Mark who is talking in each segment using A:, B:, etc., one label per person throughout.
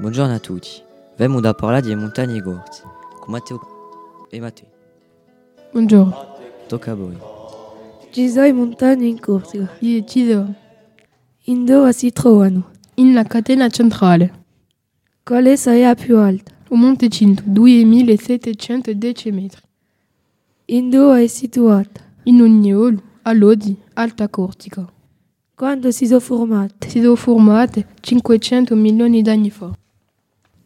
A: Buongiorno a tutti. Vemo da parlare di montagne e gorti. Con Matteo e Matteo.
B: Buongiorno.
A: Tocca a voi.
C: Ci sono montagne in Corsica.
B: Io ci sono.
C: In dove si trovano?
B: In la catena centrale,
C: Quale sarà più alta?
B: o Monte Cinto, 2710 metri.
C: In dove è situata?
B: In Ogniolo, a Lodi, Alta Corsica.
C: Quando si sono formate?
B: Si sono formate 500 milioni d'anni fa.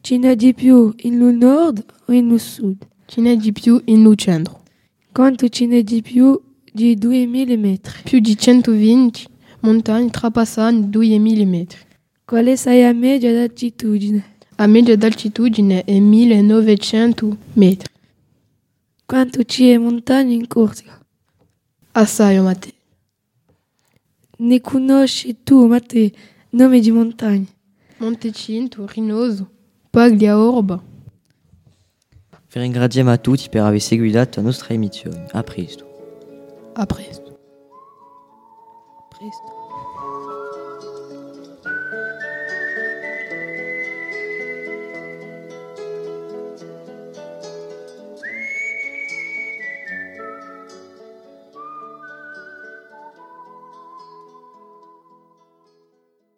C: Ce n'è di più in un nord o in un sud?
B: Ce n'è di più in un centro.
C: Quanto ce n'è di più di 2000 metri?
B: Più di 120 montagne trapassano 2000 metri.
C: Quale sarà la media d'altitudine?
B: A media d'altitudine è 1900 metri.
C: Quanto ci è montagne in Corsica?
B: Assai, Matteo.
C: Ne conosci tu, Matteo, nome di montagne?
B: Montecinto, Rinoso, Pagliaorba.
A: Vi ringraziamo a tutti per aver seguito la nostra emissione. A presto.
B: A presto.
C: Presto.